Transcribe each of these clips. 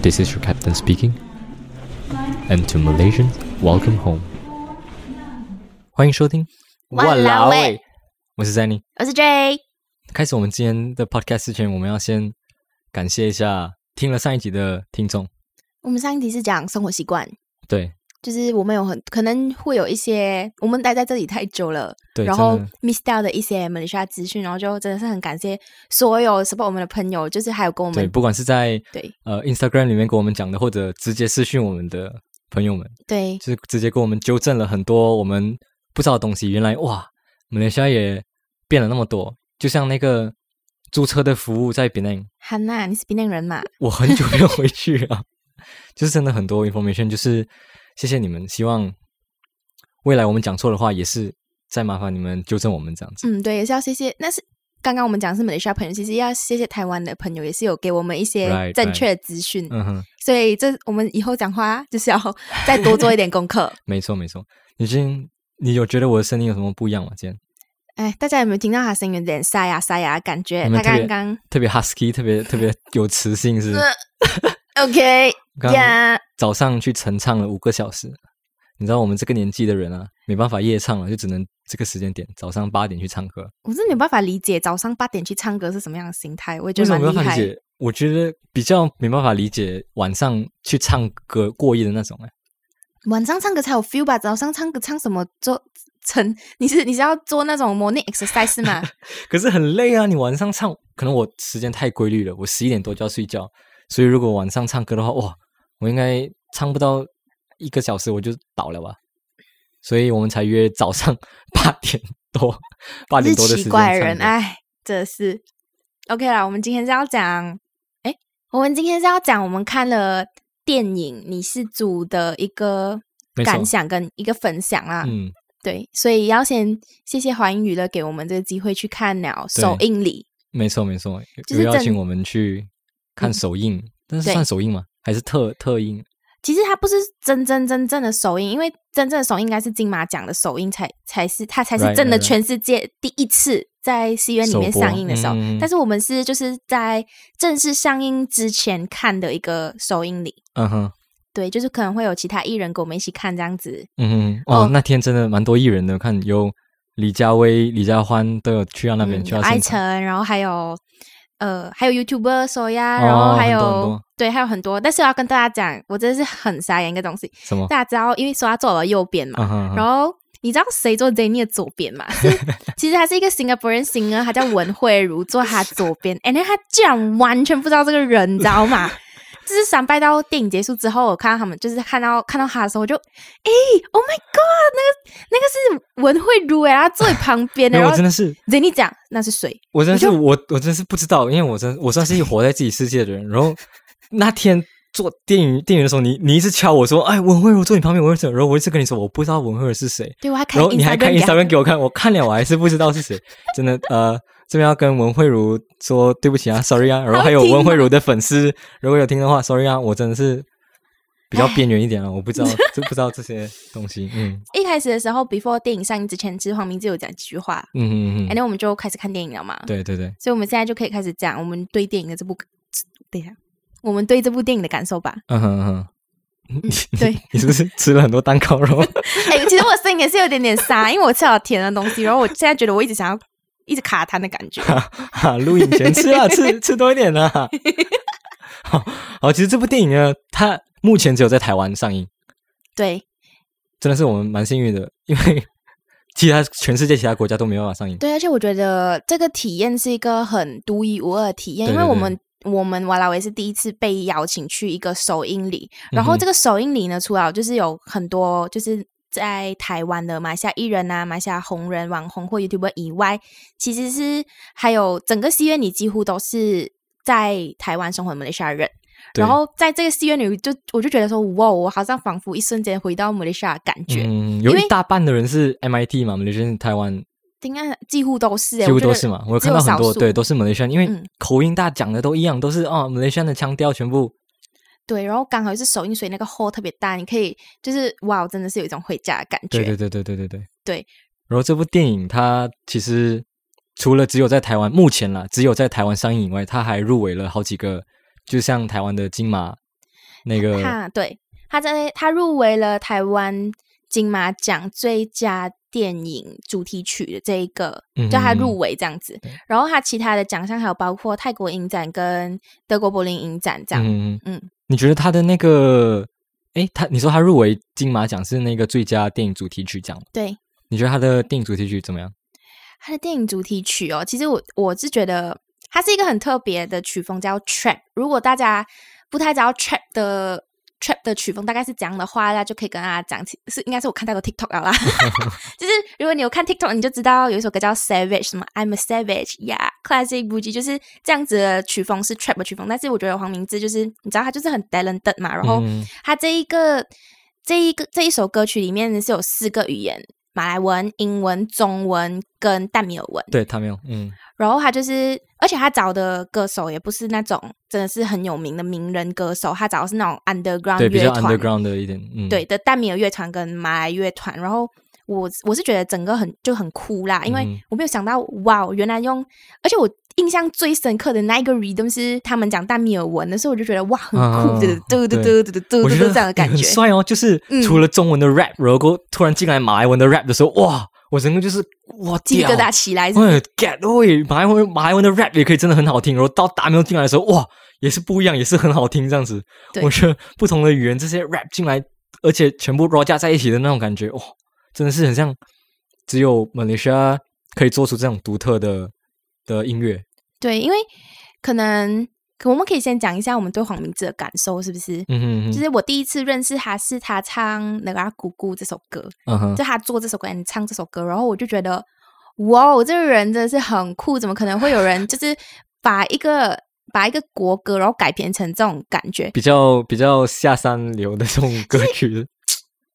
This is your captain speaking. And to Malaysians, welcome home. 欢迎收听，哇啦喂，我是 Zanny。我是 J，开始我们今天的 podcast 之前，我们要先感谢一下听了上一集的听众。我们上一集是讲生活习惯，对就是我们有很可能会有一些我们待在这里太久了，对，然后真的 miss 掉的一些马来西亚资讯，然后就真的是很感谢所有 support 我们的朋友，就是还有跟我对，们不管是在对呃 Instagram 里面跟我们讲的，或者直接私讯我们的朋友们，对就是直接跟我们纠正了很多我们不知道的东西。原来哇，马来西亚也变了那么多，就像那个租车的服务在 Penang，汉娜，你是槟榔人嘛？我很久没有回去了， 就是真的很多 information，就是谢谢你们，希望未来我们讲错的话也是再麻烦你们纠正我们这样子。嗯，对，也是要谢谢。那是刚刚我们讲是马来西亚朋友，其实要谢谢台湾的朋友，也是有给我们一些 Right，正 right 确的资讯。嗯哼，所以这我们以后讲话就是要再多做一点功课。 没错没错。你今天你有觉得我的声音有什么不一样吗？今天哎，大家有没有听到他声音有点沙哑沙哑的感觉有？没他有特别刚刚特别 husky，特别特别有磁性是不是？ OK 刚呀，早上去晨唱了五个小时。你知道我们这个年纪的人啊，没办法夜唱了，就只能这个时间点，早上八点去唱歌。我真的没有办法理解早上八点去唱歌是什么样的心态，我也觉为得什么蛮没厉办法害理。解？我觉得比较没办法理解晚上去唱歌过夜的那种、欸。晚上唱歌才有 feel 吧？早上唱歌唱什么做成？你是你是要做那种 morning exercise 吗？可是很累啊！你晚上唱，可能我时间太规律了，我十一点多就要睡觉，所以如果晚上唱歌的话，哇，我应该唱不到一个小时我就倒了吧。所以我们才约早上八点多， 八点是多的时奇间怪的唱人，歌哎，这是 OK 啦。我们今天是要讲，哎，我们今天是要讲我们看了电影《你是猪》的一个没错感想跟一个分享啦。嗯，对，所以要先谢谢华英娱乐给我们这个机会去看了首映礼。没错没错，就有是邀正请我们去看首映，但是对算首映吗？还是特特映？其实它不是真真真正的首映，因为真正的首映应该是金马奖的首映才才是它才 Right, 是真 right, 的 right. 全世界第一次在戏院里面首播上映的时候。嗯但是我们是就是在正式上映之前看的一个首映礼，嗯哼，对，就是可能会有其他艺人跟我们一起看这样子。嗯哼，哦哦，那天真的蛮多艺人的，看有李佳薇、李佳欢都有去到那边、嗯去有到艾现场。辰，然后还有呃，还有 YouTuber 说呀，然哦后还很有、多很多对，还有很多。但是我要跟大家讲，我真的是很傻眼一个东西。什么？大家知道，因为说他坐我的右边嘛，嗯哼嗯然哼，后你知道谁坐 Jenny 的左边 吗？是其实他是一个 Singaporean singer，他叫文慧茹，坐他左边。and then 他居然完全不知道这个人，你知道吗？ 就是上拜到电影结束之后，我看到他们，就是看到看到他的时候，我就，哎、o h my god，那个那个是文慧茹哎，他坐你旁边的，没有然我后真的是， Jenny 讲那是谁？我真的是，你我我真的是不知道，因为我真我算是一个活在自己世界的人。然后那天做电影电影的时候，你你一直敲我说：“哎，文慧茹坐你旁边，文慧茹。”然后我一直跟你说我不知道文慧茹是谁。对我还看然后你还看 Instagram 给 Instagram 给我看，我看了我还是不知道是谁，真的呃，这边要跟文慧茹说对不起啊，sorry 啊，然后还有听哦吗文慧茹的粉丝，如果有听的话，sorry 啊，我真的是比较边缘一点了，我不知道这不知道这些东西，嗯一开始的时候，before 电影上映之前，其实黄明志有讲几句话，嗯嗯嗯，然后我们就开始看电影了嘛。对对对，所以我们现在就可以开始讲我们对电影的这部，等一下，我们对这部电影的感受吧。嗯哼嗯哼，对， 你是不是吃了很多蛋糕肉？ 哎、其实我声音也是有点点沙，因为我吃了甜的东西，然后我现在觉得我一直想要一直卡痰的感 觉。哈，录影前吃啊，吃吃多一点啊。 好，好，其实这部电影呢，它目前只有在台湾上映，对真的是我们蛮幸运的，因为 其他全世界其他国家都没办法上映。对，而且我觉得这个体验是一个很独一无二的体验，对因为对我对们。我们瓦拉维是第一次被邀请去一个首映礼，嗯然后哼这个首映礼呢，除了就是有很多就是在台湾的马来西亚艺人啊、马来西亚红人、网红或 YouTuber 以外，其实是还有整个戏院里几乎都是在台湾生活的马来西亚人。对然后在这个戏院里就，我就觉得说，哇，我好像仿佛一瞬间回到马来西亚的感觉，嗯，有因一为大半的人是 MIT 嘛，马来西亚、台湾应该几乎都是、欸，几乎我觉都得是嘛。我有只有看到很多，少数对，都是马来西亚，因为嗯口音大家讲的都一样，都是哦，马来西亚的腔调全部。对，然后刚好又是首映，所以那个 hall 特别大，你可以就是哇，真的是有一种回家的感觉。对对对对对对对对。然后这部电影它其实除了只有在台湾目前啦，只有在台湾上映以外，它还入围了好几个，就像台湾的金马那个他对他在他入围了台湾金马奖最佳电影主题曲的这一个，嗯就他嗯嗯入围这样子。然后他其他的奖项还有包括泰国影展跟德国柏林影展这样。嗯嗯，你觉得他的那个，诶，他你说他入围金马奖是那个最佳电影主题曲奖，对，你觉得他的电影主题曲怎么样？他的电影主题曲哦，其实我我是觉得它是一个很特别的曲风，叫 trap。如果大家不太知道 trap 的 trap 的曲风大概是怎样的话，大家就可以跟大家讲起，是应该是我看到的 TikTok 了啦。 就是如果你有看 TikTok，你就知道有一首歌叫 Savage，什么 I'm a Savage，Yeah，Classic Boogie，就是这样子的曲风是 trap 的曲风。但是我觉得黄明志就是你知道他就是很 talented 嘛，然后嗯它这一个这一个这一首歌曲里面是有四个语言：马来文、英文、中文跟淡米尔文。对他没有，嗯然后他就是，而且他找的歌手也不是那种真的是很有名的名人歌手，他找的是那种 underground 对，比啊乐较团， underground 的一点，嗯，对的淡米尔乐团跟马来乐团。然后我我是觉得整个很就很酷啦，因为嗯我没有想到，哇，原来用，而且我印象最深刻的那一个 rhythm 是他们讲淡米尔文的时候，我就觉得哇，很酷，啊对对对对对对对我对，觉得这样的感很 觉。帅哦，就是嗯除了中文的 rap，、然后突然进来马来文的 rap 的时候，哇，我整个就是哇鸡皮屌疙瘩起来是不是喂，get 喂，马来文马来文的 rap 也可以真的很好听，然后到达喵进来的时候，哇，也是不一样，也是很好听这样子。对我觉得不同的语言这些 rap 进来，而且全部 raw 加在一起的那种感觉，哇，真的是很像只有马来西亚可以做出这种独特的的音乐。对，因为可能可我们可以先讲一下我们对黄明志的感受，是不是？嗯哼嗯就哼，是我第一次认识他是他唱《那个姑姑》这首歌，嗯哼，就他做这首歌，你唱这首歌，然后我就觉得，哇，这个人真的是很酷，怎么可能会 有人就是把一个把一个国歌然后改编成这种感觉？比较比较下三流的这种歌曲，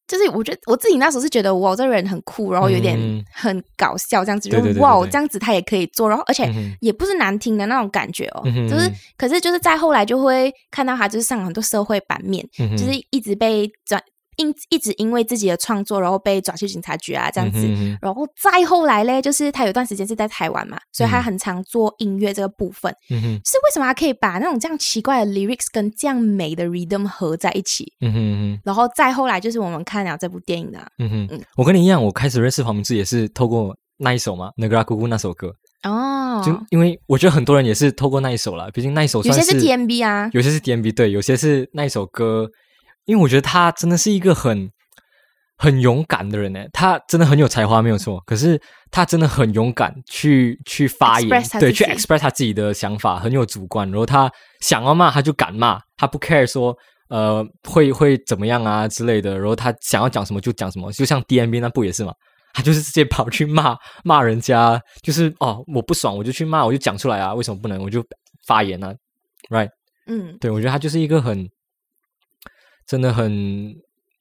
就是我觉得我自己那时候是觉得，哇，这个人很酷，然后有点嗯很搞笑这样子，对对就对哇对，对这样子他也可以做，然后而且嗯哼也不是难听的那种感觉哦，嗯哼就是嗯可是就是在后来就会看到他就是上了很多社会版面，嗯哼就是一直被转因一直因为自己的创作然后被抓去警察局啊这样子。嗯哼然后再后来嘞，就是他有段时间是在台湾嘛，所以他嗯很常做音乐这个部分。嗯哼就是为什么他可以把那种这样奇怪的 lyrics 跟这样美的 rhythm 合在一起？嗯哼嗯哼然后再后来就是我们看了这部电影的、嗯哼嗯我跟你一样，我开始认识黄明志也是透过那一首嘛，《那个拉姑姑》那首歌。哦，就因为我觉得很多人也是透过那一首啦，毕竟那一首有算些是是 TMB 啊，有些是 DMB 对，有些是那一首歌，因为我觉得他真的是一个很很勇敢的人呢，欸他真的很有才华没有嗯错，可是他真的很勇敢去去发言 Express 他，对，自己去 express 他自己的想法，很有主观，然后他想要骂他就敢骂，他不 care 说。呃，会会怎么样啊之类的，然后他想要讲什么就讲什么，就像 DMB 那部也是嘛，他就是直接跑去骂骂人家，就是哦，我不爽我就去骂，我就讲出来啊，为什么不能？我就发言啊，right？嗯，对，我觉得他就是一个很，真的很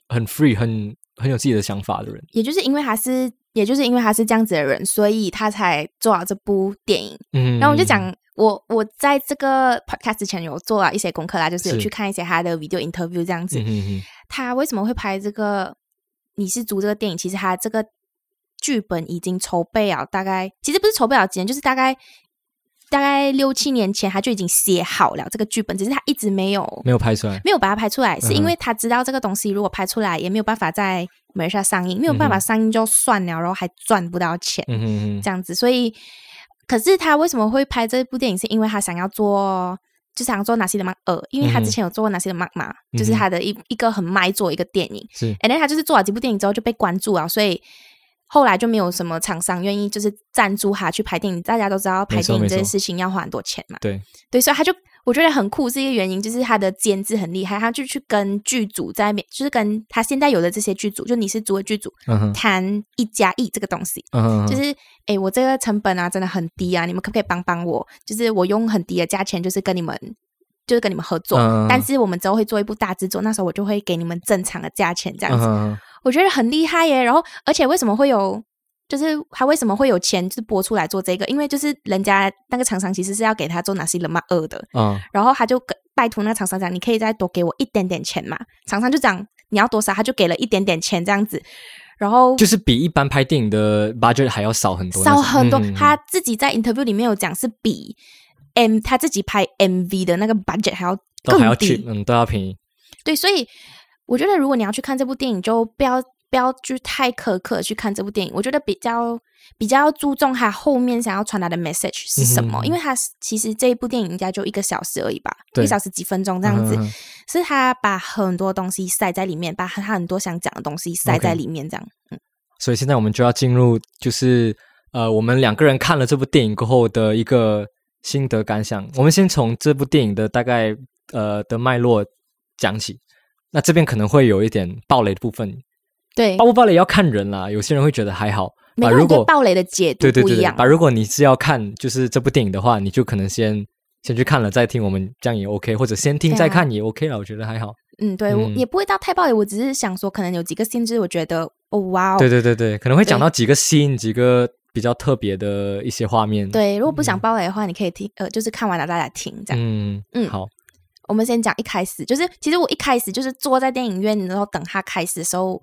很 free，很很有自己的想法的人。也就是因为他是，也就是因为他是这样子的人，所以他才做了这部电影。嗯，然后我就讲，我我在这个 podcast 之前有做了一些功课啦，就是有是去看一些他的 video interview 这样子。嗯哼哼，他为什么会拍这个？你是读这个电影，其实他这个剧本已经筹备了，大概其实不是筹备了几年，就是大概大概六七年前他就已经写好了这个剧本，只是他一直没有没有拍出来。没有把它拍出来，是因嗯哼为他知道这个东西如果拍出来也没有办法在马来西亚上映，没有办法嗯哼上映就算了，然后还赚不到钱嗯哼这样子，所以可是他为什么会拍这部电影？是因为他想要做。就想做哪些的妈二，因为他嗯哼之前有做过哪些的妈妈，就嗯是哼他的一一个很卖座的一个电影。是 and then 他就是做了几部电影之后就被关注了，所以后来就没有什么厂商愿意就是赞助他去拍电影。大家都知道拍没错电影没这件错事情要花很多钱嘛，对，对，所以他就我觉得很酷是一个原因，就是他的监制很厉害，他就去跟剧组在面，就是跟他现在有的这些剧组，就你是组的剧组嗯哼，谈一加一这个东西。嗯哼，就是，诶，我这个成本啊，真的很低啊，你们可不可以帮帮我？就是我用很低的价钱，就是跟你们，就是跟你们合作，嗯但是我们之后会做一部大制作，那时候我就会给你们正常的价钱这样嗯子。哼，我觉得很厉害耶。然后，而且为什么会有，就是他为什么会有钱，就是播出来做这个？因为就是人家那个厂商其实是要给他做哪些人嘛二的，嗯然后他就跟拜托那厂商讲，你可以再多给我一点点钱嘛。厂商就讲你要多少，他就给了一点点钱这样子。然后就是比一般拍电影的 budget 还要少很多那少种，很多嗯。哼他自己在 interview 里面有讲是比 M 他自己拍 MV 的那个 budget 还要都还更要低 cheap，。嗯，都要便宜。对，所以我觉得如果你要去看这部电影，就不要不要去太苛刻去看这部电影。我觉得比较比较注重它后面想要传达的 message 是什么，嗯哼因为它是其实这一部电影应该就一个小时而已吧，对一小时几分钟这样子，嗯嗯嗯是他把很多东西塞在里面，把他很多想讲的东西塞 OK 在里面，这样。所以现在我们就要进入，就是呃，我们两个人看了这部电影过后的一个心得感想。我们先从这部电影的大概呃的脉络讲起。那这边可能会有一点暴雷的部分，对暴，不暴雷要看人啦。有些人会觉得还好，每哦啊，个人如对果暴雷的解读对对不对一对样，。啊，如果你是要看就是这部电影的话，你就可能先先去看了再听，我们这样也 OK，或者先听对啊再看也 OK 了，我觉得还好。嗯，对，我嗯也不会到太暴雷，我只是想说，可能有几个限制，我觉得，哦，哇哦，对对对对，可能会讲对到几个 scene，几个比较特别的一些画面。，对，如果不想暴雷的话，你可以听，呃，就是看完了大家听这样。嗯嗯好，我们先讲一开始，就是其实我一开始就是坐在电影院，然后等他开始的时候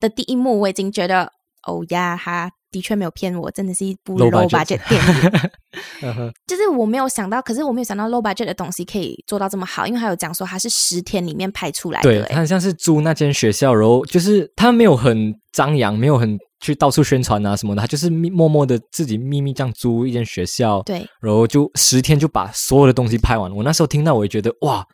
的第一幕，我已经觉得，哦呀，他的确没有骗我，真的是一部 Low low budget budget 电影。嗯哼， 就是我没有想到，可是我没有想到 low budget 的东西可以做到这么好，因为他有讲说他是十天里面拍出来对的、他欸。很像是租那间学校，然后就是他没有很张扬，没有很去到处宣传啊什么的，他就是秘默默的自己秘密这样租一间学校，对然后就十天就把所有的东西拍完。我那时候听到，我也觉得哇，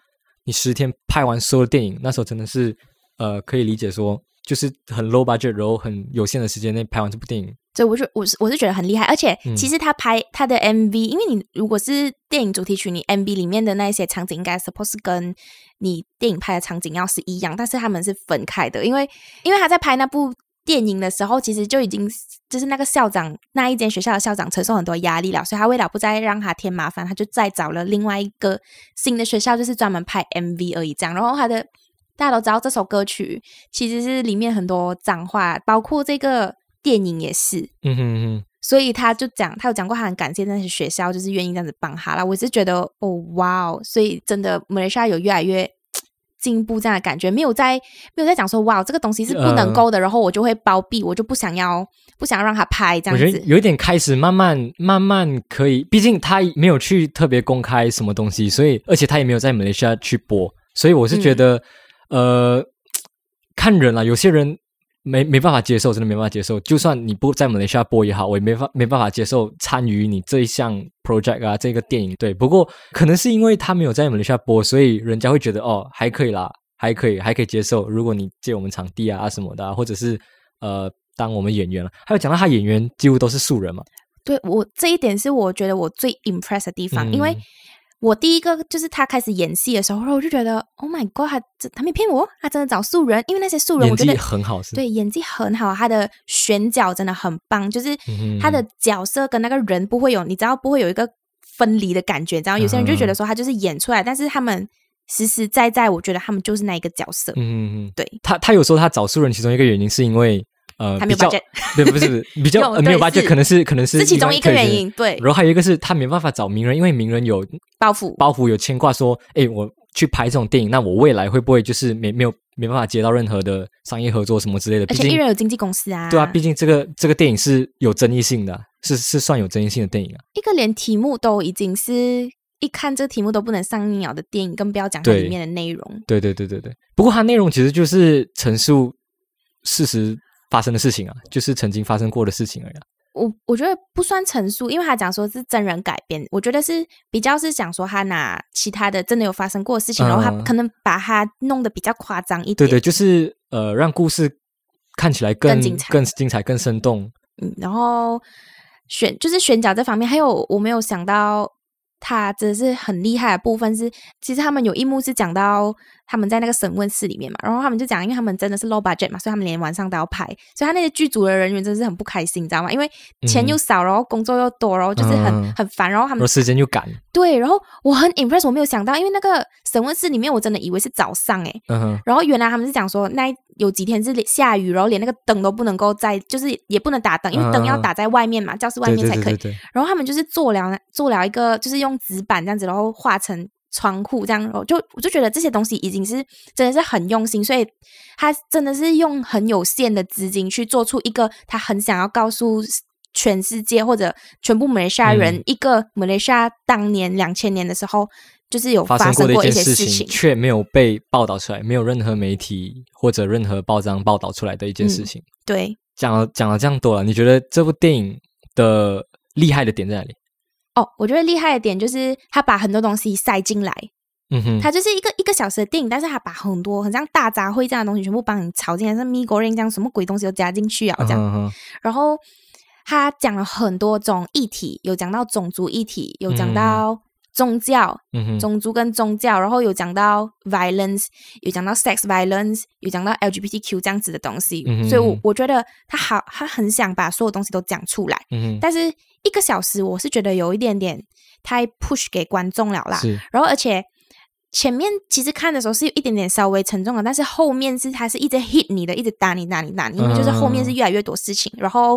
你十天拍完所有的电影，那时候真的是呃，可以理解说就是很 low budget，然后很有限的时间内拍完这部电影。所以我就我是我是觉得很厉害，而且嗯其实他拍他的 MV，、因为你如果是电影主题曲，你 MV 里面的那一些场景应该 suppose 是跟你电影拍的场景要是一样，但是他们是分开的，因为因为他在拍那部电影的时候，其实就已经就是那个校长那一间学校的校长承受很多压力了，所以他为了不再让他添麻烦，他就再找了另外一个新的学校，就是专门拍 MV 而已这样。然后他的大家都知道这首歌曲其实是里面很多脏话，包括这个电影也是。嗯哼哼，所以他就讲，他有讲过，他很感谢那些学校，就是愿意这样子帮他啦。我是觉得，哦，哇哦，所以真的，马来西亚有越来越进步这样的感觉，没有在没有在讲说，哇，哦这个东西是不呃能够的，然后我就会包庇，我就不想要不想让他拍这我样觉得子。有一点开始慢慢慢慢可以，毕竟他没有去特别公开什么东西，所以而且他也没有在马来西亚去播，所以我是嗯觉得、呃，看人啦，有些人。没没办法接受，真的没办法接受。就算你不在马来西亚播也好，我也没法没办法接受参与你这一项 project 啊，这个电影。对，不过可能是因为他没有在马来西亚播，所以人家会觉得哦，还可以啦，还可以，还可以接受。如果你借我们场地啊啊什么的啊、或者是呃当我们演员了，还有讲到他演员几乎都是素人嘛，对我这一点是我觉得我最 impress 的地方，因为嗯我第一个就是他开始演戏的时候，然后我就觉得，Oh my god，他真他没骗我，他真的找素人，因为那些素人演我觉得技很好是，对演技很好，他的选角真的很棒，就是嗯哼他的角色跟那个人不会有，你知道不会有一个分离的感觉，然后有些人就觉嗯得说他就是演出来，但是他们实实在在，我觉得他们就是那一个角色，嗯嗯嗯，对，他他有时候他找素人其中一个原因是因为呃他没比有较 budget 对不是不是比较 有呃没有对 budget，是可能是可能是是其中一个另外原特因，对，然后还有一个是他没办法找名人，因为名人有包袱，包袱有牵挂说，诶，我去拍这种电影，那我未来会不会就是没没有没办法接到任何的商业合作什么之类的？而毕且艺竟人有经纪公司啊，对啊，毕竟这个这个电影是有争议性的啊，是是算有争议性的电影啊。一个连题目都已经是一看这个题目都不能上映了的电影，更不要讲它对里面的内容，对对对对对。不过它内容其实就是陈述事实发生的事情啊，就是曾经发生过的事情而已、啊。我我觉得不算成熟，因为他讲说是真人改编，我觉得是比较是讲说他拿其他的真的有发生过的事情，然后他嗯可能把它弄得比较夸张一点，对对，就是呃，让故事看起来更更精彩更精彩、更生动。嗯，然后选就是选角这方面，还有我没有想到他真的是很厉害的部分是，其实他们有一幕是讲到他们在那个审问室里面嘛，然后他们就讲，因为他们真的是 low budget 嘛，所以他们连晚上都要拍，所以他那些剧组的人员真的是很不开心，你知道吗？因为钱嗯又少，然后工作又多，然后就是很、嗯很烦，然后他然们后时间就赶，对，然后我很 impress，我没有想到，因为那个审问室里面我真的以为是早上诶、欸嗯哼，然后原来他们是讲说，那一有几天是连下雨，然后连那个灯都不能够在，就是也不能打灯，因为灯要打在外面嘛，教室外嗯对面对才对可以。对对，然后他们就是做了做了一个，就是用纸板这样子，然后画成窗户这样，然后就我就觉得这些东西已经是真的是很用心，所以他真的是用很有限的资金去做出一个他很想要告诉。全世界或者全部马来西亚人，嗯一个马来西亚当年两千年的时候就是有发过发生的一过一件些事事情，却没有被报道出来，没有任何媒体或者任何报章报道出来的一件事嗯情。对，讲了讲了这样多了，你觉得这部电影的厉害的点在哪里？哦，我觉得厉害的点就是他把很多东西塞进来，嗯哼，它就是一个一个小时的电影，但是他把很多很像大杂烩这样的东西全部帮你炒进来，像米 i g o r 这样什么鬼东西都加进去啊，这样。嗯哼然后他讲了很多种议题，有讲到种族议题，有讲嗯到宗教、嗯哼，种族跟宗教，然后有讲到 violence，有讲到 sex violence，有讲到 LGBTQ 这样子的东西。嗯哼所以嗯我哼我觉得他好，他很想把所有东西都讲出来，嗯哼，但是一个小时我是觉得有一点点太 push 给观众了啦。是然后而且前面其实看的时候是有一点点稍微沉重的，但是后面是它是一直 hit 你的，一直打你打你打你，因为就是后面是越来越多事情，然后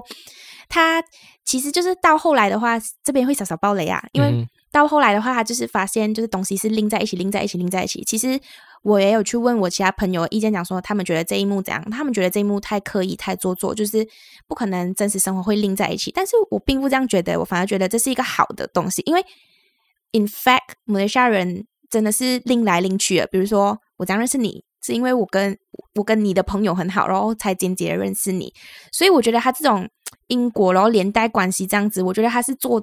它其实就是到后来的话，这边会少少爆雷啊，因嗯为哼到后来的话，它就是发现就是东西是拎在一起，拎在一起，拎在一起，其实。我也有去问我其他朋友的意见，讲说他们觉得这一幕怎样，他们觉得这一幕太刻意、太做作，就是不可能真实生活会拎在一起。但是我并不这样觉得，我反而觉得这是一个好的东西，因为 in fact，马来西亚人真的是拎来拎去的。比如说，我这样认识你，是因为我跟我跟你的朋友很好，然后才间接地认识你。所以我觉得他这种因果，然后连带关系这样子，我觉得他是做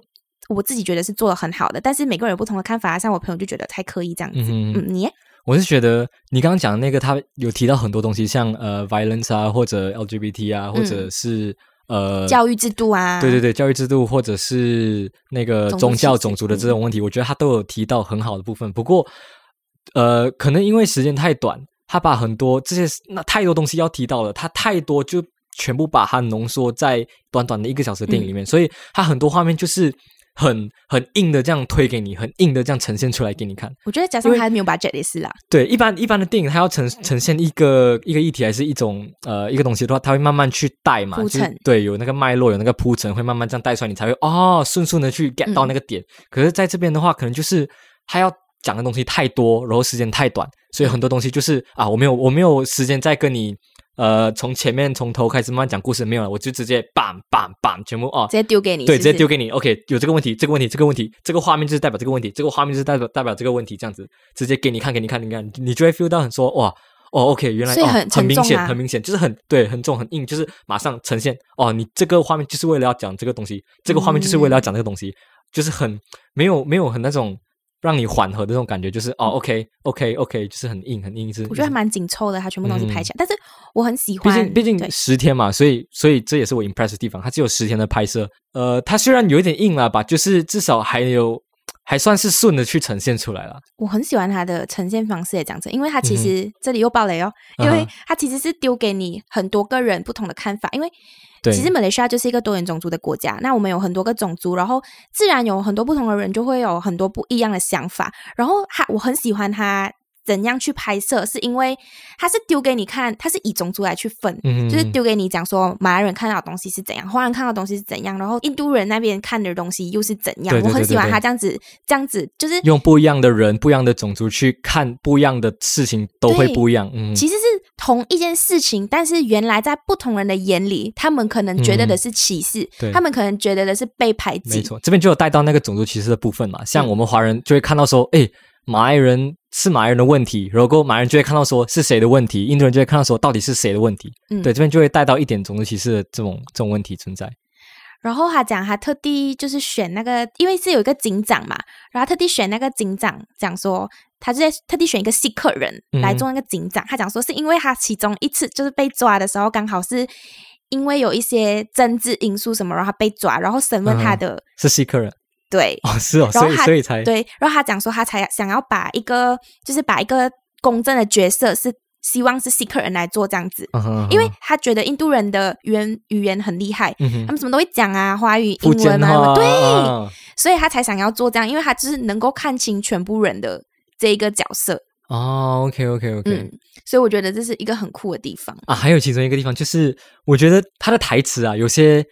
我自己觉得是做的很好的。但是每个人有不同的看法，啊像我朋友就觉得太刻意这样子。嗯哼嗯，你耶我是觉得你刚刚讲的那个，他有提到很多东西，像呃 violence 啊，或者 LGBT 啊，或者是、呃嗯教育制度啊，对对对，教育制度或者是那个种族宗教、歧视种族的这种问题，我觉得他都有提到很好的部分。不嗯过，呃，可能因为时间太短，他把很多这些那太多东西要提到了，他太多就全部把它浓缩在短短的一个小时的电影嗯里面，所以他很多画面就是很很硬的这样推给你，很硬的这样呈现出来给你看。我觉得加因上为他没有把 j e 也是啦，对，一般一般的电影，它要呈呈现一个一个议题还是一种呃一个东西的话，它会慢慢去带嘛，铺就是陈对，有那个脉络，有那个铺陈，会慢慢这样带出来，你才会哦顺顺的去 get 到那个嗯点。可是在这边的话，可能就是他要讲的东西太多，然后时间太短，所以很多东西就是啊，我没有我没有时间再跟你呃从前面从头开始慢慢讲故事，没有了，我就直接 bang bang bang 全部哦直接丢给你，对，直是不是接丢给你。OK，有这个问题，这个问题，这个问题，这个画面就是代表这个问题，这个画面就是代表代表这个问题，这样子直接给你看，给你看，给你看，你就会 feel 到很说哇。哦，OK，原来所以哦很很沉明重显，啊很明显，就是很对，很重，很硬，就是马上呈现。哦，你这个画面就是为了要讲这个东西，这个画面就是为了要讲这个东西，就是很没有没有很那种让你缓和的那种感觉，就是哦，OK，OK，OK，、就是很硬，很硬，就是嗯我觉得还蛮紧凑的，他全部东西拍起来，但是我很嗯喜毕欢，竟毕对竟十天嘛，所以所以这也是我 impress 的地方。它只有十天的拍摄，呃，它虽然有一点硬了吧，就是至少还有还算是顺的去呈现出来了。我很喜欢他的呈现方式，也讲真，因为他其嗯哼实、这里又爆雷哦，嗯因哼为他其实是丢给你很多个人不同的看法，因为对其实马来西亚就是一个多元种族的国家，那我们有很多个种族，然后自然有很多不同的人就会有很多不一样的想法，然后他我很喜欢他。怎样去拍摄？是因为他是丢给你看，他是以种族来去分，嗯，就是丢给你讲说马来人看到的东西是怎样，华人看到的东西是怎样，然后印度人那边看的东西又是怎样。对对我很对喜对欢对他这样子，这样子就是用不一样的人、不一样的种族去看不一样的事情，都会对不一样。嗯，其实是同一件事情，但是原来在不同人的眼里，他们可能觉得的是歧视，嗯对他们可能觉得的是被排没挤。错，这边就有带到那个种族歧视的部分嘛。像我们华人就会看到说，哎，马来人是马来人的问题，然后马来人就会看到说是谁的问题，印度人就会看到说到底是谁的问题。嗯对，这边就会带到一点种族歧视的这种这种问题存在。然后他讲，他特地就是选那个，因为是有一个警长嘛，然后他特地选那个警长，讲说他就在特地选一个锡克人嗯来做那个警长。他讲说是因为他其中一次就是被抓的时候，刚好是因为有一些政治因素什么，然后他被抓，然后审问他嗯的、是锡克人对哦，是哦，然所后以他所以才对，然后他讲说他才想要把一个就是把一个公正的角色是希望是锡克人来做这样子，嗯哼，嗯哼因为他觉得印度人的语言语言很厉害。嗯他哼，们什么都会讲啊，华语、英福建文啊，话对，啊所以他才想要做这样，因为他就是能够看清全部人的这一个角色，哦，OK OK OK 嗯，所以我觉得这是一个很酷的地方。啊，还有其中一个地方就是，我觉得他的台词啊，有些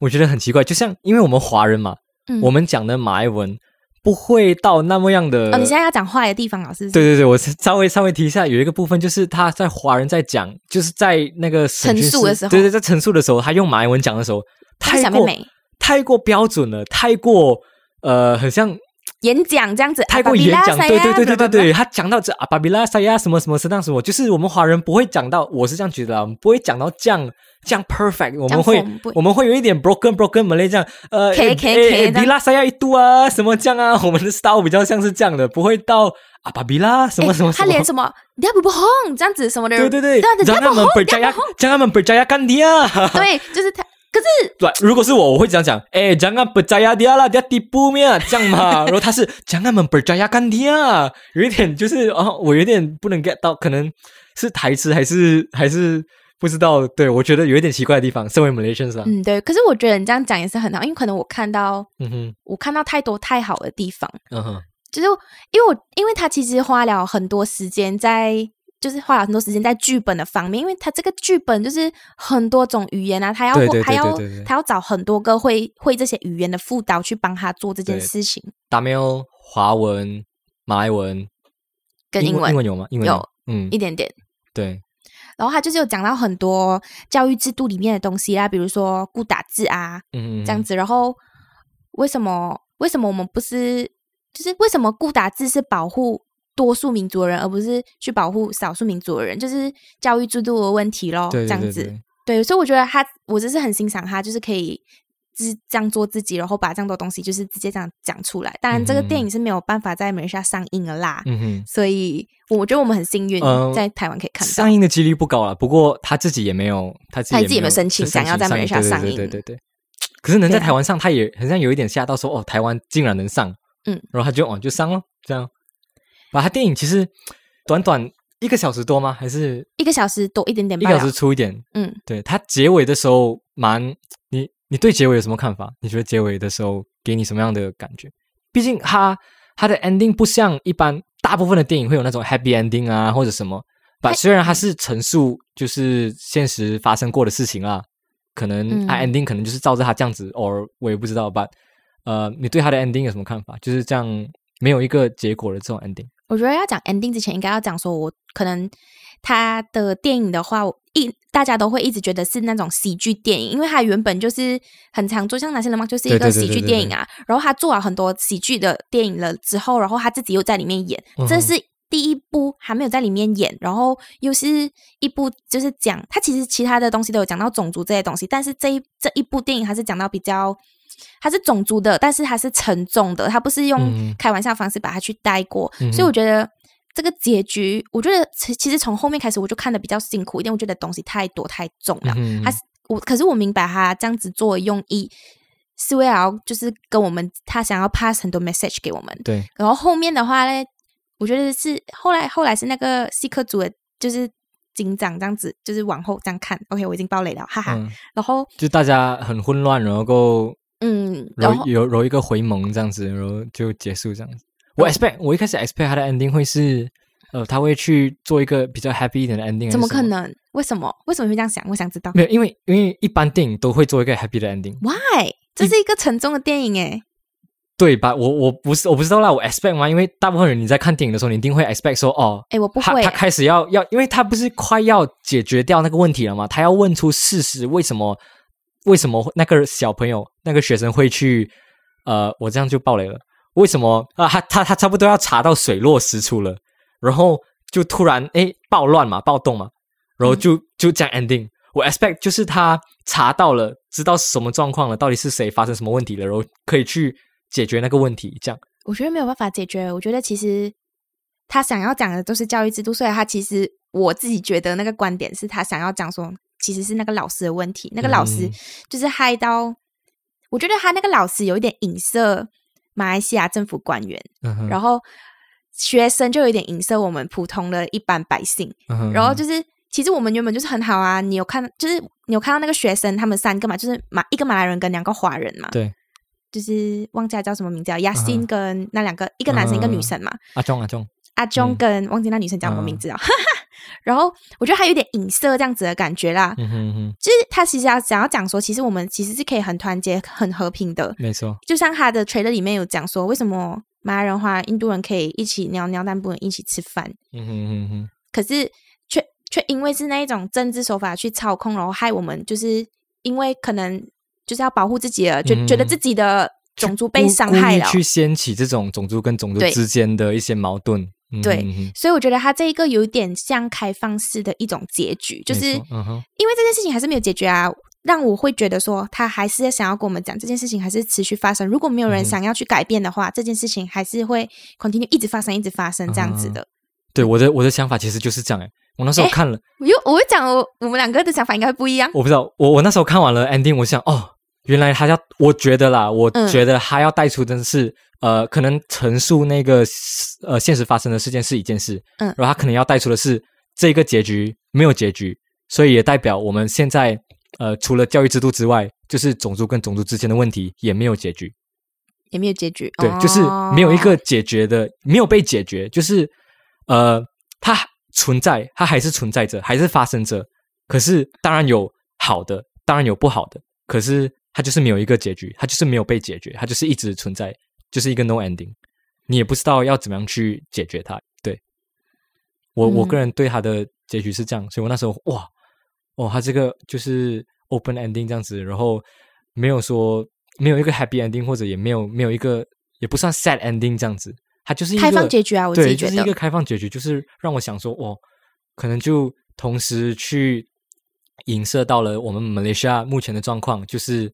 我觉得很奇怪，就像因为我们华人嘛，嗯，我们讲的马来文不会到那么样的哦，你现在要讲坏的地方，老啊师对对对，我是稍微稍微提一下，有一个部分就是他在华人在讲，就是在那个审讯陈述室的时候对对，在陈述的时候，他用马来文讲的时候，他太小妹过妹太过标准了，太过呃，很像演讲这样子，啊泰国演讲，对对对对对对，他讲到这啊，巴比拉塞呀什么什么是当时我就是我们华人不会讲到，我是这样觉得啊啦，我们不会讲到这样这样 perfect，我们会缝不我们会有一点 broken broken 马来这样，呃， K- 诶诶 K- K 诶这样比拉塞呀一度啊什么这样啊，我们的 style 比较像是这样的，不会到啊巴比拉什么什么什哎他么连。什么你要不不红这样子什么的，啊对对对这样，子让他们 percaya，让他们 percaya 干爹啊！对，就是他。可是对，如果是我，我会这样讲，哎，jangan percaya dia lah, dia tipu mia，这样 嘛。然后他是 jangan mempercaya kan dia，有一啊点就是哦，我有点不能 get 到，可能是台词还是还是不知道。对我觉得有一点奇怪的地方，身为 Malaysians 啊，嗯对，可是我觉得你这样讲也是很好，因为可能我看到嗯哼，我看到太多太好的地方，嗯哼，就是因为我因为他其实花了很多时间在，就是花了很多时间在剧本的方面，因为他这个剧本就是很多种语言啊，他要对对对他要对对对他要找很多个会会这些语言的副导去帮他做这件对事情，达美欧华文、马来文跟英英文英文有吗？英文有，嗯一，点点。对，然后他就是有讲到很多教育制度里面的东西啦，啊比如说顾打字啊嗯，嗯这样，子。然后为什么为什么我们不是就是为什么顾打字是保护多数民族的人，而不是去保护少数民族的人？就是教育制度的问题咯，对哦这样子。，对，所以我觉得他，我真是很欣赏他，就是可以自这样做自己，然后把这样多东西就是直接这样讲出来。当然，这个电嗯影是没有办法在美下上映的啦，嗯哼。所以我觉得我们很幸运呃在台湾可以看到。上映的几率不高了，不过他自己也没有，他自己他自己也没有申请申想要在上马来西亚上映对对对对对。可是能在对啊台湾上，他也很像有一点吓到说，哦，台湾竟然能上，嗯，然后他就哦就上了，这样。把他电影其实短短一个小时多吗？还是一个小时多一点点一罢个了小时出一点？嗯，对他结尾的时候蛮，你你对结尾有什么看法？你觉得结尾的时候给你什么样的感觉？毕竟他他的 ending 不像一般大部分的电影会有那种 happy ending 啊或者什么，把哎虽然它是陈述就是现实发生过的事情啊，可能嗯他 ending 可能就是照着他这样子，or 我也不知道吧。呃，你对他的 ending 有什么看法？就是这样没有一个结果的这种 ending。我觉得要讲 ending 之前，应该要讲说我可能他的电影的话，我一大家都会一直觉得是那种喜剧电影，因为他原本就是很常做，像《哪些人嘛》就是一对对个对喜剧对对电影啊。然后他做了很多喜剧的电影了之后，然后他自己又在里面演，嗯哼这是。第一部还没有在里面演，然后又是一部就是讲他其实其他的东西都有讲到种族这些东西，但是这一这一部电影还是讲到比较，它是种族的，但是它是沉重的，它不是嗯用哼开玩笑方式把它去带过，嗯所以哼我觉得这个结局，我觉得其其实从后面开始我就看的比较辛苦一点，我觉得东西太多太重了。嗯啊他是我，可是我明白他这样子做的用意是为了就是跟我们他想要 pass 很多 message 给我们。对，然后后面的话呢，我觉得是后来后来是那个细客组的，就是警长这样子，就是往后这样看。OK，我已经爆雷了，哈哈。嗯，然后就大家很混乱，然后够嗯，然揉后有揉一个回眸这样子，然后就结束这样子。我 expect 我一开始 expect 他的 ending 会是，呃，他会去做一个比较 happy 一点的 ending，怎还么是什可？能？为什么？为什么会这样想？我想知道没有，因为因为一般电影都会做一个 happy 的 ending， why 这是一个沉重的电影欸诶。对吧？我我不是我不知道啦，我 expect 嘛，因为大部分人你在看电影的时候，你一定会 expect 说，哦，哎，我不他会他欸，开始要要，因为他不是快要解决掉那个问题了吗？他要问出事实，为什么为什么那个小朋友那个学生会去呃，我这样就爆雷了。为什么啊、他他他差不多要查到水落石出了，然后就突然诶暴乱嘛，暴动嘛，然后嗯就、就这样 ending。我 expect 就是他查到了，知道什么状况了，到底是谁发生什么问题了，然后可以去解决那个问题，这样。我觉得没有办法解决。我觉得其实他想要讲的都是教育制度，所以他其实我自己觉得那个观点是他想要讲说，其实是那个老师的问题，那个老师嗯就是害到，我觉得他那个老师有一点影射马来西亚政府官员，嗯哼，然后学生就有一点影射我们普通的一般百姓。嗯哼然后就是，其实我们原本就是很好啊。你有看，就是你有看到那个学生他们三个嘛，就是马一个马来人跟两个华人嘛。对。就是忘记他叫什么名字了，亚嗯欣跟那两个，一个男生一个女生嘛。阿忠阿忠，阿嗯忠跟忘记那女生叫什么名字了。哈哈。 然后我觉得还有点影射这样子的感觉啦。嗯哼嗯哼，就是他其实要想要讲说，其实我们其实是可以很团结、很和平的。没错。就像他的 trailer 里面有讲说，为什么马来人、华人、印度人可以一起尿尿，但不能一起吃饭？嗯哼嗯哼。可是却却因为是那一种政治手法去操控，然后害我们就是因为可能就是要保护自己的，觉、觉得嗯自己的种族被故伤故害意了。去掀起这种种族跟种族对之间的一些矛盾。嗯对哼哼所以我觉得他这一个有点像开放式的一种结局，就是没错嗯哼，因为这件事情还是没有解决啊，让我会觉得说他还是想要跟我们讲这件事情还是持续发生。如果没有嗯哼人想要去改变的话，这件事情还是会 continue 一直发生，一直发生这样嗯子的。对我的我的想法其实就是这样哎，我那时候嗯诶看了，我又我会讲我我们两个的想法应该会不一样。我不知道，我我那时候看完了 ending，我想哦，原来他要，我觉得啦，我嗯觉得他要带出的是，呃，可能陈述那个呃现实发生的事件是一件事，嗯然后他可能要带出的是这个结局没有结局，所以也代表我们现在呃除了教育制度之外，就是种族跟种族之间的问题也没有结局，也没有结局，对，哦就是没有一个解决的，没有被解决，就是呃，它存在，它还是存在着，还是发生着。可是当然有好的，当然有不好的，可是它就是没有一个结局，它就是没有被解决，它就是一直存在，就是一个 no ending。你也不知道要怎么样去解决它。对我、我个嗯人对它的结局是这样，所以我那时候哇哦，它这个就是 open ending 这样子，然后没有说没有一个 happy ending，或者也没有没有一个也不算 sad ending 这样子，它就是一个开放结局啊我自己对，觉就得是一个开放结局，就是让我想说，哦，可能就同时去影射到了我们马来西亚目前的状况，就是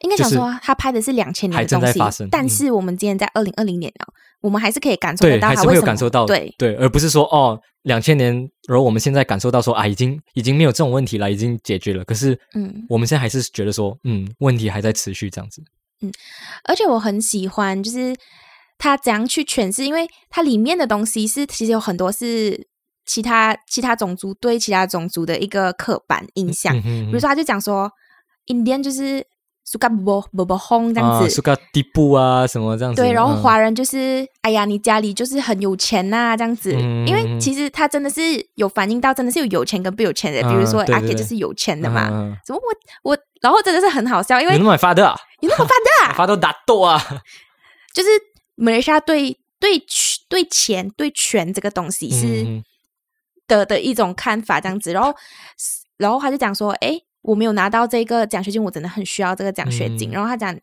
应该讲就是说他拍的是两千年还的正东在西发生，但嗯是我们今天在二零二零年了，我们还是可以感受得对，到还他是会为什有么感受到，对，对，而不是说哦，两千年，然后我们现在感受到说啊，已经已经没有这种问题了，已经解决了，可是嗯，我们现在还是觉得说，嗯，问题还在持续这样子，而且我很喜欢，就是他怎样去诠释，因为它里面的东西是其实有很多是其他其他种族对其他种族的一个刻板印象，嗯哼比如说他就讲说，Indian 就是苏格伯伯伯轰这样啊，子，苏格地布啊什么这样子，对，然后嗯华人就是，哎呀，你家里就是很有钱呐、这样子。嗯因为其实他真的是有反映到，真的是有有钱跟不有钱的。比如嗯说对阿对 K 对就是有钱的嘛，嗯嗯怎么我我，然后真的是很好笑，因嗯你为那么发的啊，你那么发我发到打斗啊，就是马来西亚对对权对钱对权这个东西是嗯嗯的、的一种看法这样子。然后然后他就讲说，哎，我没有拿到这个奖学金，我真的很需要这个奖学金。嗯然后他讲，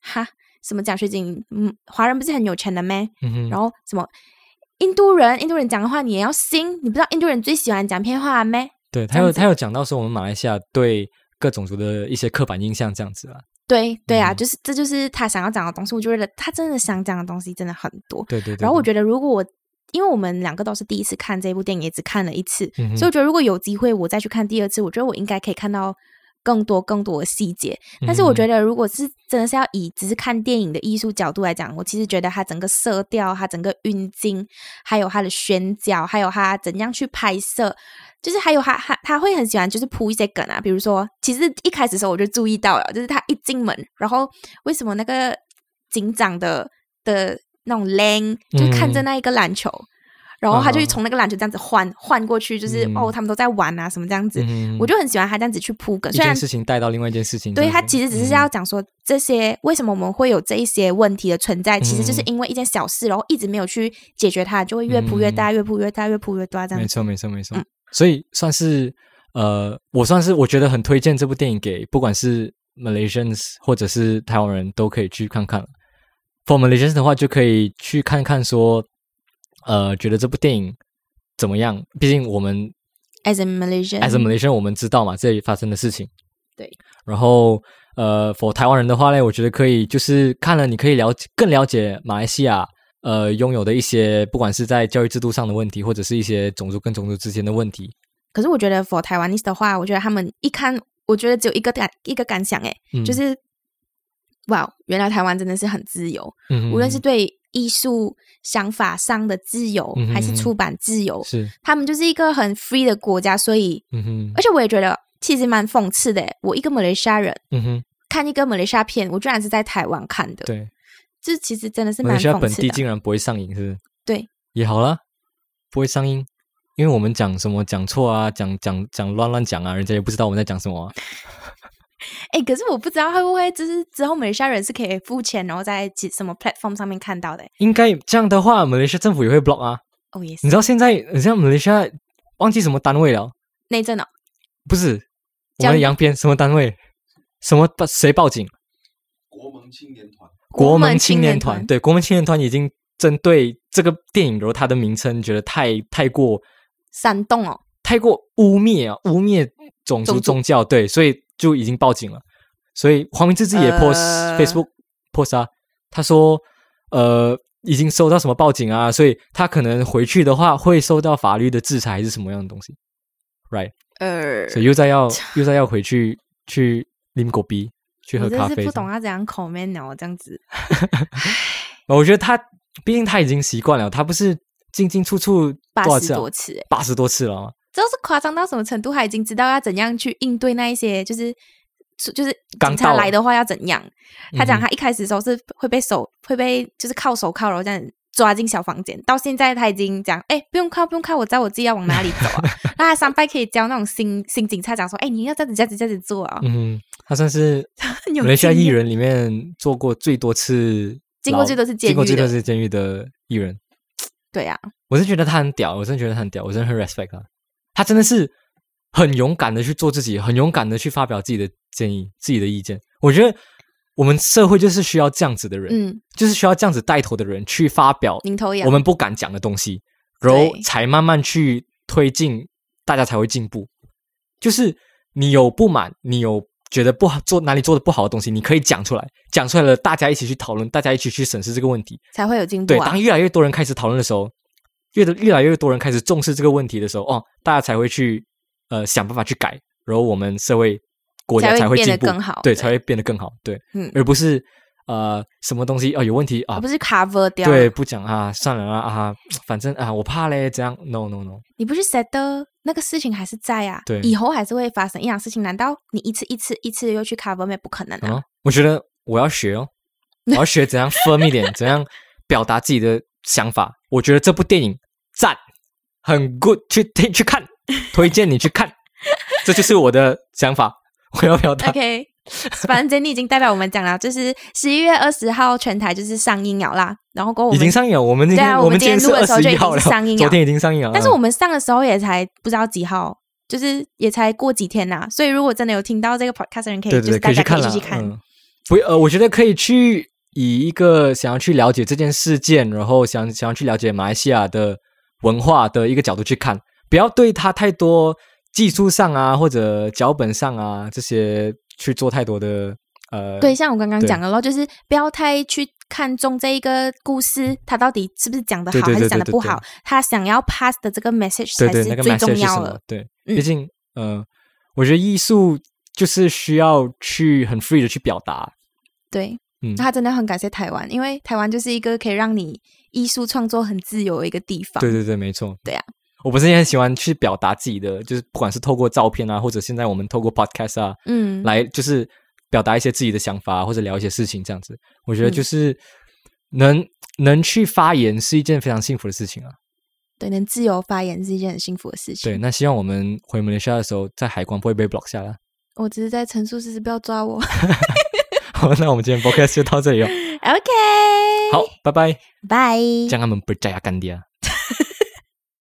哈，什么奖学金？嗯，华人不是很有钱的咩？嗯哼然后什么印度人，印度人讲的话你也要信，你不知道印度人最喜欢讲骗话咩？对这他样有子他有讲到说我们马来西亚对各种族的一些刻板印象这样子啊，对对啊，嗯就是这就是他想要讲的东西。我觉得他真的想讲的东西真的很多。对对对。然后我对觉得，如果我因为我们两个都是第一次看这部电影，也只看了一次，嗯哼所以我觉得如果有机会我再去看第二次，我觉得我应该可以看到更多更多的细节。但是我嗯觉得，如果是真的是要以只是看电影的艺术角度来讲，我其实觉得它整个色调、它整个运镜，还有它的宣角，还有它怎样去拍摄，就是还有它它它会很喜欢就是铺一些梗啊，比如说，其实一开始的时候我就注意到了，就是他一进门，然后为什么那个警长的的那种 lang 就是看着嗯那一个篮球。然后他就啊从那个篮球这样子换换过去，就是、嗯哦，他们都在玩啊，什么这样子，嗯哼我就很喜欢他这样子去铺梗。一虽然件事情带到另外一件事情这对样子，他其实只是要讲说这些为什么我们会有这一些问题的存在，其实就是嗯因为一件小事，然后一直没有去解决它，就会越铺越大，越铺越大，越铺越大这嗯没样。错没错没错嗯，所以算是呃，我算是我觉得很推荐这部电影给不管是 Malaysians 或者是台湾人都可以去看看了。For Malaysians 的话，就可以去看看说，呃，觉得这部电影怎么样？毕竟我们 As a Malaysian， as a Malaysian，我们知道嘛，这里发生的事情。嗯对。然后，呃，for 台湾人的话呢，我觉得可以，就是看了你可以了解更了解马来西亚呃拥有的一些，不管是在教育制度上的问题，或者是一些种族跟种族之间的问题。可是我觉得 for Taiwanese 的话，我觉得他们一看，我觉得只有一个感一个感想，诶，嗯，就是哇，原来台湾真的是很自由，嗯无论是嗯对艺术想法上的自由嗯哼，还是嗯哼出版自由，是，他们就是一个很 free 的国家，所以嗯哼而，且我也觉得其实蛮讽刺的诶，欸我一个马来西亚人。嗯哼，看一个马来西亚片，我居然是在台湾看的，对，这其实真的是马来蛮西亚讽本刺地的。竟然不会上映，是不是？对，也好啦，不会上映，因为我们讲什么讲错啊，讲讲讲乱乱讲啊，人家也不知道我们在讲什么啊、哎，可是我不知道会不会就是之后马来西亚人是可以付钱，然后在几什么 platform 上面看到的。应该这样的话，马来西亚政府也会 block 啊。哦，也是你知道现在你像马来西亚忘记什么单位了？内政哦，不是我教们育杨边什么单位？什么报谁报警？国盟青年团，国门门青青年年团团，对，国门青年团已经针对这个电影，如它的名称，觉得太太过煽动哦，太过污蔑啊，污蔑种种族族宗教，对，所以就已经报警了。所以黄明志自己也呃 post、Facebook post 啊，他说呃已经收到什么报警啊，所以他可能回去的话会受到法律的制裁还是什么样的东西，right？呃，所以又在 要又在要回去去拎狗逼去喝我咖啡真是这样，不懂他怎样 comment 哦，这样子，我觉得他，毕竟他已经习惯了，他不是进进出出八多少十次、啊？多次，八十多次了吗？这是夸张到什么程度？他已经知道要怎样去应对那一些，就是出就是刚警察到来的话要怎样。他讲嗯他一开始的时候是会被手会被就是铐手铐，然后这样抓进小房间。到现在他已经讲，哎、不用铐，不用铐，我知道我自己要往哪里走 啊。那他上拜可以教那种新新警察讲说，哎、你要这样子这样子这样子做啊。嗯，他算是很 有马来西亚经艺验人里面做过最多次牢，经过最多次监经过狱最多的次监狱的艺人。对啊，我是觉得他很屌，我真的觉得他很屌，我真的很 respect 他。他真的是很勇敢的去做自己，很勇敢的去发表自己的建议、自己的意见。我觉得我们社会就是需要这样子的人，嗯，就是需要这样子带头的人去发表领头羊。我们不敢讲的东西，然后对才慢慢去推进，大家才会进步。就是你有不满，你有觉得不好做哪里做的不好的东西，你可以讲出来，讲出来了，大家一起去讨论，大家一起去审视这个问题。才会有进步对，啊当。越来越多人开始讨论的时候，越的越来越多人开始重视这个问题的时候，哦，大家才会去呃想办法去改，然后我们社会国家才会才会变进得步，更好对，对才会变得更好，对，嗯，而不是呃什么东西哦有问题啊而不是 cover 掉。嗯对，，不讲啊，算了啦啊，反正啊，我怕嘞，怎样？No No No，你不是 s e t 那个事情还是在啊，对以后还是会发生一样事情。难道你一次一次一次又去 cover 咩？不可能啊！啊，我觉得我要学 哦，我要学怎样 firm 一点，怎样表达自己的想法。我觉得这部电影赞，很 good，去听去看，推荐你去看，这就是我的想法，我要表达。 OK，反正你已经代表我们讲了，就是十一月二十号全台就是上映了啦。然后过后我已们经上映了，我们今对天、啊我们们今今天是录的二时候十就已一经号了，上映了昨天已经上映了。但是嗯我们上的时候也才不知道几号，就是也才过几天呐、所以如果真的有听到这个 podcast 的人，可以对哎就对是对，大以家去可看以了。去看。嗯，不呃，我觉得可以去以一个想要去了解这件事件，然后想想要去了解马来西亚的文化的一个角度去看，不要对它太多技术上啊或者脚本上啊这些去做太多的呃对，像我刚刚对讲的咯，就是不要太去看重这一个故事，它到底是不是讲的对好对还是对讲的对不对好，他想要 pass 的这个 message 对才对那个最 message 重是要什的么。？对，嗯毕竟呃，我觉得艺术就是需要去很 free 的去表达。对，嗯那他真的很感谢台湾，因为台湾就是一个可以让你艺术创作很自由的一个地方。对对对，没错。对啊，我不是也很喜欢去表达自己的，就是不管是透过照片啊，或者现在我们透过 podcast 啊，嗯，来就是表达一些自己的想法啊或者聊一些事情这样子。我觉得嗯就是能、能去发言是一件非常幸福的事情啊。对，能自由发言是一件很幸福的事情。对，那希望我们回马来西亚的时候，在海关不会被 block 下来。我只是在陈述事实，不要抓 我。好，那我们今 天 podcast 就到这里了。哦 OK，好，，拜拜。拜。 jangan mempercayakan dia.